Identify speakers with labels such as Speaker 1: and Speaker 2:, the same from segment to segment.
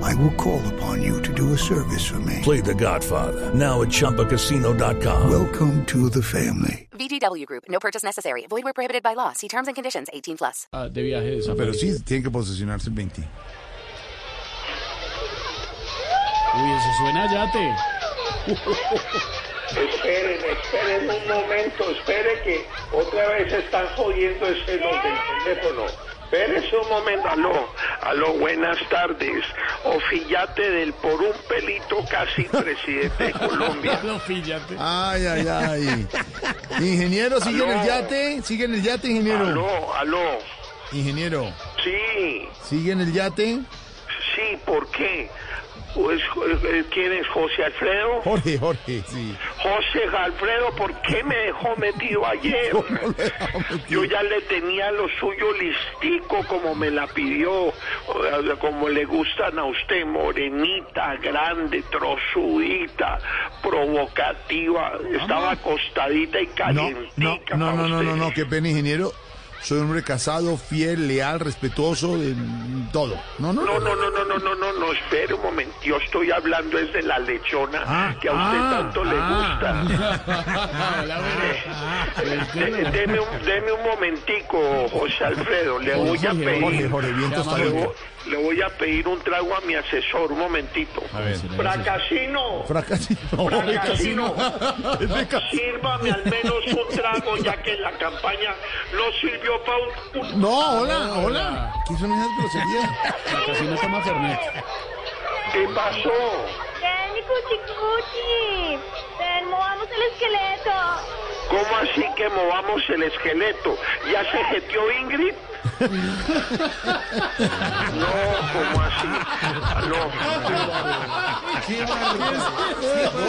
Speaker 1: I will call upon you to do a service for me.
Speaker 2: Play The Godfather now at ChumbaCasino.com.
Speaker 1: Welcome to the family.
Speaker 3: VGW Group. No purchase necessary. Void where prohibited by law. See terms and conditions. 18 plus.
Speaker 4: ah, de viaje de San
Speaker 5: Pero
Speaker 4: Francisco.
Speaker 5: sí, tiene que posesionarse el 20.
Speaker 4: Uy, eso suena a yate.
Speaker 6: Esperen, esperen un momento, espere que otra vez están jodiendo ese los del teléfono. Espérese un momento, aló, aló, buenas tardes. Ofillate del por un pelito casi presidente de Colombia.
Speaker 4: No, fíjate.
Speaker 5: Ay, ay, ay. Ingeniero, ¿sigue en el yate? ¿Sigue en el yate, ingeniero?
Speaker 6: Aló, aló,
Speaker 5: Ingeniero,
Speaker 6: sí,
Speaker 5: ¿sigue en el yate?
Speaker 6: sí, ¿por qué? Pues, eh, ¿Quién es José Alfredo?
Speaker 5: Jorge, Jorge, sí.
Speaker 6: José Alfredo, ¿por qué me dejó metido ayer?
Speaker 5: No le damos
Speaker 6: Yo ya le tenía lo suyo listico como me la pidió, o sea, como le gustan a usted, morenita, grande, trozudita, provocativa, estaba acostadita y
Speaker 5: No, no,
Speaker 6: calientica.
Speaker 5: no, no,
Speaker 6: pa'
Speaker 5: no, no, no,
Speaker 6: usted.
Speaker 5: qué pena, ingeniero. Soy un hombre casado, fiel, leal, respetuoso, de mm, todo. No, no,
Speaker 6: No, no, no, no, no, no, no, no, espere un momento. Yo estoy hablando es de la lechona
Speaker 5: Ah,
Speaker 6: que a usted
Speaker 5: ah,
Speaker 6: tanto le gusta.
Speaker 4: Hola, bueno.
Speaker 6: De- deme, un, deme un momentico, José Alfredo, le voy a
Speaker 4: Jorge,
Speaker 6: pedir.
Speaker 5: Jorge, Jorge, bien
Speaker 6: Le
Speaker 5: tostadito.
Speaker 6: voy, le voy a pedir un trago a mi asesor, un momentito.
Speaker 5: A ver.
Speaker 6: Fracasino,
Speaker 5: Fracasino.
Speaker 6: Fracasino.
Speaker 5: Es de ca-
Speaker 6: sírvame al menos un trago, ya que la campaña no sirvió para un... un-
Speaker 5: No, hola, hola. ¿Qué son esas groserías?
Speaker 4: Casi no toma Fernet.
Speaker 6: ¿Qué pasó?
Speaker 7: Ven, cuchicuchi. Ven, movamos el esqueleto.
Speaker 6: ¿Cómo así que movamos el esqueleto? ¿Ya se jeteó Ingrid? No, ¿cómo así? No,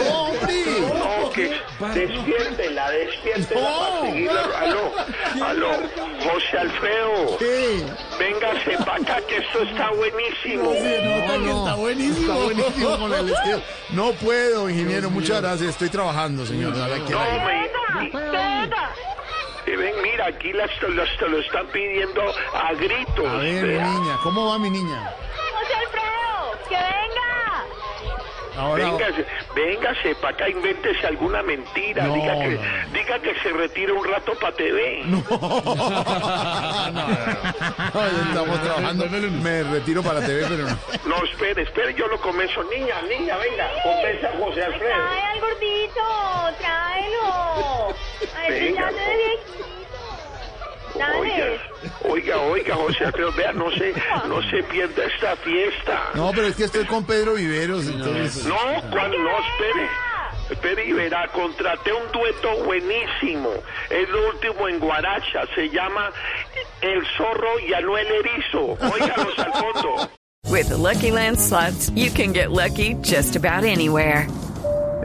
Speaker 5: ¡No, hombre!
Speaker 6: no, que despiértela, despiértela para seguirla. Aló, aló, José Alfredo,
Speaker 5: ¿Qué?
Speaker 6: véngase para acá que esto está buenísimo.
Speaker 5: No, no, está buenísimo. con el estilo. No puedo, ingeniero, muchas gracias. Estoy trabajando, señor. Ahora que-
Speaker 6: No, me...
Speaker 7: Queda.
Speaker 6: Eh, ven, mira, aquí las, las- te lo están pidiendo a gritos.
Speaker 5: A ver, mi
Speaker 6: Vea.
Speaker 5: niña, ¿cómo va mi niña?
Speaker 7: José Alfredo, que venga.
Speaker 5: Ahora,
Speaker 6: Véngase, véngase para acá, invéntese alguna mentira.
Speaker 5: No,
Speaker 6: diga, que,
Speaker 5: no, no.
Speaker 6: diga que se retira un rato para TV.
Speaker 5: No, no, no. Ya estamos trabajando. Me retiro para TV, pero no.
Speaker 6: No, espere, espere, yo lo comienzo. Niña, niña, venga, compensa a José Alfredo.
Speaker 7: Trae al gordito, tráelo. A ese
Speaker 6: Venga,
Speaker 7: ya se ve viejito. Dale.
Speaker 6: Oiga, oiga, oiga, José Alfredo, vea, no se, no se pierda esta fiesta.
Speaker 5: No, pero es que estoy con Pedro Viveros, entonces.
Speaker 6: No, cual- no, espere. Espere y verá, contraté un dueto buenísimo. Es lo último en Guaracha. Se llama El Zorro y Anuel Erizo. Óigalos al fondo.
Speaker 8: With the Lucky Land slots, you can get lucky just about anywhere.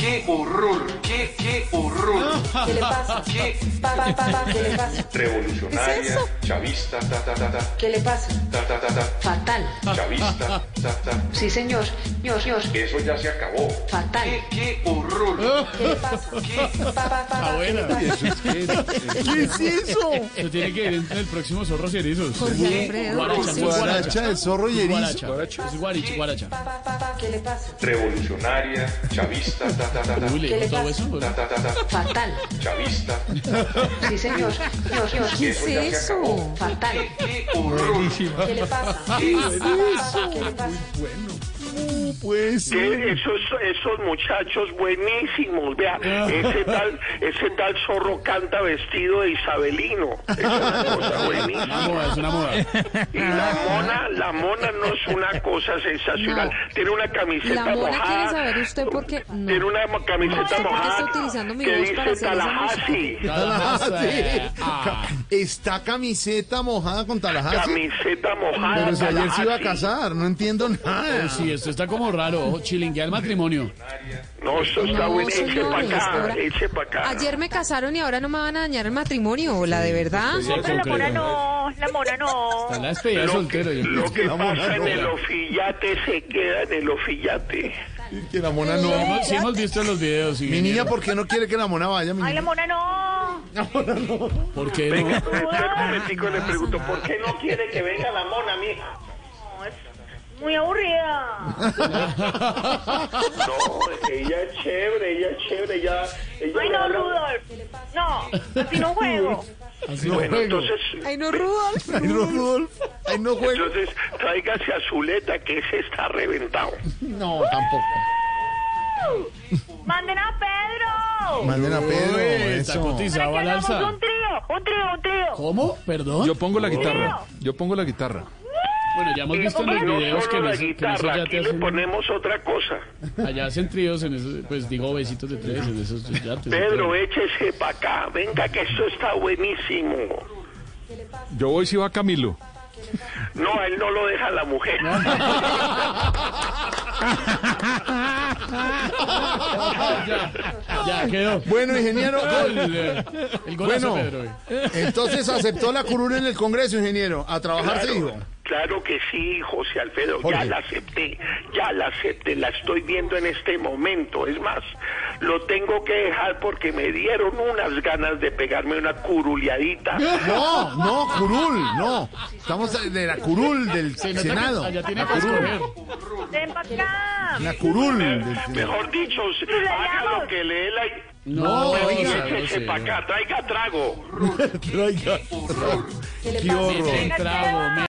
Speaker 9: ¡Qué horror! ¡Qué, qué horror!
Speaker 10: ¿Qué le pasa?
Speaker 9: ¿Qué?
Speaker 10: Pa, pa, pa, pa, ¿Qué le pasa?
Speaker 9: Revolucionaria,
Speaker 10: ¿Qué es eso?
Speaker 9: chavista, ta ta ta ta,
Speaker 10: ¿Qué le pasa?
Speaker 9: ta ta ta ta,
Speaker 10: Fatal.
Speaker 9: chavista, ta ta.
Speaker 10: Sí, señor. Señor, señor.
Speaker 9: Eso ya se acabó.
Speaker 10: Fatal.
Speaker 9: ¡Qué, qué horror!
Speaker 10: ¿Qué le pasa? Pa, pa, pa,
Speaker 4: Ah,
Speaker 10: pa, ¿Qué le
Speaker 4: buena.
Speaker 10: pasa?
Speaker 5: ¿Qué es eso?
Speaker 4: Se tiene que ir en el próximo Zorros y Erizos.
Speaker 9: ¡Qué
Speaker 4: Guaracha, sí,
Speaker 9: horror!
Speaker 5: Guaracha de zorro y erizo.
Speaker 4: Guaracha. Es guarich, guaracha.
Speaker 10: Pa, pa, pa, pa, ¿Qué le pasa?
Speaker 9: Revolucionaria, chavista, ta ta ta ta,
Speaker 4: Uy,
Speaker 10: ¿Qué
Speaker 4: le
Speaker 10: le
Speaker 4: gustó eso.
Speaker 9: ta
Speaker 4: ¿no?
Speaker 9: ta ta ta,
Speaker 10: Fatal.
Speaker 9: chavista.
Speaker 10: Sí, señor. Señor, señor.
Speaker 9: ¿Qué es eso?
Speaker 10: Fatal.
Speaker 9: ¡Qué horror!
Speaker 11: Ah,
Speaker 10: ¿Qué le pasa? Pa, pa, pa, pa, ¿Qué le pasa?
Speaker 5: puede
Speaker 6: Que Eh, esos, esos muchachos buenísimos, vea,
Speaker 5: Ah.
Speaker 6: ese tal, ese tal zorro canta vestido de isabelino. Es una
Speaker 5: Ah.
Speaker 6: cosa buenísima.
Speaker 4: Una moda, es una moda.
Speaker 6: Y la mona, la mona no es una cosa sensacional. Tiene una camiseta
Speaker 11: La mona quiere
Speaker 6: mojada.
Speaker 11: saber usted por qué. No.
Speaker 6: Tiene una
Speaker 11: No,
Speaker 6: camiseta
Speaker 11: usted por qué está
Speaker 6: mojada
Speaker 11: utilizando mi
Speaker 6: que
Speaker 11: voz para
Speaker 6: dice
Speaker 11: hacer esa
Speaker 6: Tallahassee.
Speaker 5: Tallahassee.
Speaker 4: Ah.
Speaker 5: Ca- Está camiseta mojada con Tallahassee.
Speaker 6: Camiseta mojada.
Speaker 5: Pero si ayer se iba a
Speaker 6: Tallahassee.
Speaker 5: casar, no entiendo nada.
Speaker 4: Uy, sí, esto está como raro. Ojo, Chilinguea el matrimonio.
Speaker 6: No, eso está
Speaker 11: No,
Speaker 6: bueno. Eche
Speaker 11: señor,
Speaker 6: para
Speaker 11: es que
Speaker 6: acá,
Speaker 11: ahora-
Speaker 6: eche para acá.
Speaker 11: Ayer me casaron y ahora no me van a dañar el matrimonio, la de verdad.
Speaker 4: Se
Speaker 7: Pero la mona
Speaker 4: concretó.
Speaker 7: no, la mona no.
Speaker 4: La despedida de
Speaker 6: Lo que,
Speaker 4: soltero. yo-
Speaker 6: lo que
Speaker 5: La mona
Speaker 6: pasa en
Speaker 5: roja.
Speaker 6: el ofillate se queda en el ofillate.
Speaker 5: Que la mona
Speaker 4: Sí
Speaker 5: no.
Speaker 4: hemos- Sí hemos visto en los videos.
Speaker 5: Mi niña, ¿por qué no quiere que la mona vaya? Mi
Speaker 7: Ay, la
Speaker 5: niña?
Speaker 7: mona no.
Speaker 4: ¿por qué no?
Speaker 6: Venga, espera un momentico, le pregunto, ¿por qué no quiere que venga la mona, mija?
Speaker 7: No, es muy aburrida.
Speaker 6: No, ella es chévere, ella es chévere, ella... ella
Speaker 7: Ay,
Speaker 6: le
Speaker 7: no,
Speaker 6: habla-
Speaker 7: Rudolf. No, así no juego.
Speaker 4: Así
Speaker 5: No
Speaker 4: no.
Speaker 6: Bueno,
Speaker 5: juego.
Speaker 6: entonces...
Speaker 11: Ay, no, Rudolf.
Speaker 5: Ay, no, Rudolf. Ay, no juego.
Speaker 6: Entonces, tráigase a Zuleta, que ese está reventado.
Speaker 5: No, tampoco.
Speaker 7: Manden a Pedro.
Speaker 5: Manden a Pedro.
Speaker 4: Uy, está
Speaker 5: Eso.
Speaker 7: Para
Speaker 4: cotizado
Speaker 7: que
Speaker 4: al
Speaker 7: hagamos
Speaker 4: alza.
Speaker 7: un trío, un trío, un trío.
Speaker 4: ¿Cómo? ¿Perdón?
Speaker 12: Yo pongo la guitarra. Yo pongo la guitarra.
Speaker 4: Bueno, ya hemos
Speaker 6: Y
Speaker 4: visto en los
Speaker 6: no
Speaker 4: videos que en
Speaker 6: solo la
Speaker 4: eso- que en eso
Speaker 6: guitarra,
Speaker 4: ya te
Speaker 6: aquí le
Speaker 4: hacen...
Speaker 6: ponemos otra cosa.
Speaker 4: Allá hacen tríos en esos, pues digo, besitos de tres en esos yates.
Speaker 6: Pedro, échese para acá, venga que esto está buenísimo.
Speaker 12: Yo voy si va Camilo.
Speaker 6: No, a él no lo deja la mujer.
Speaker 4: ya, ya quedó.
Speaker 5: Bueno, ingeniero.
Speaker 4: Gol. El gol
Speaker 5: Bueno,
Speaker 4: hace Pedro. eh.
Speaker 5: entonces aceptó la curul en el Congreso, ingeniero. A trabajar se dijo.
Speaker 6: Claro que sí, José Alfredo, ya
Speaker 5: Jorge.
Speaker 6: la acepté, ya la acepté, la estoy viendo en este momento. Es más, lo tengo que dejar porque me dieron unas ganas de pegarme una curuleadita.
Speaker 5: No, no, curul, no. Estamos de la curul del Senado.
Speaker 4: Allá tiene
Speaker 5: La
Speaker 4: que escoger.
Speaker 5: curul.
Speaker 7: Ven para acá.
Speaker 5: La curul del Senado.
Speaker 6: Mejor dicho, haga
Speaker 7: Curuleamos.
Speaker 6: lo que le dé la...
Speaker 4: No,
Speaker 6: Venga,
Speaker 4: no,
Speaker 6: échese
Speaker 4: no,
Speaker 6: para acá, traiga trago.
Speaker 5: Traiga. Qué horror.
Speaker 4: Trago, me-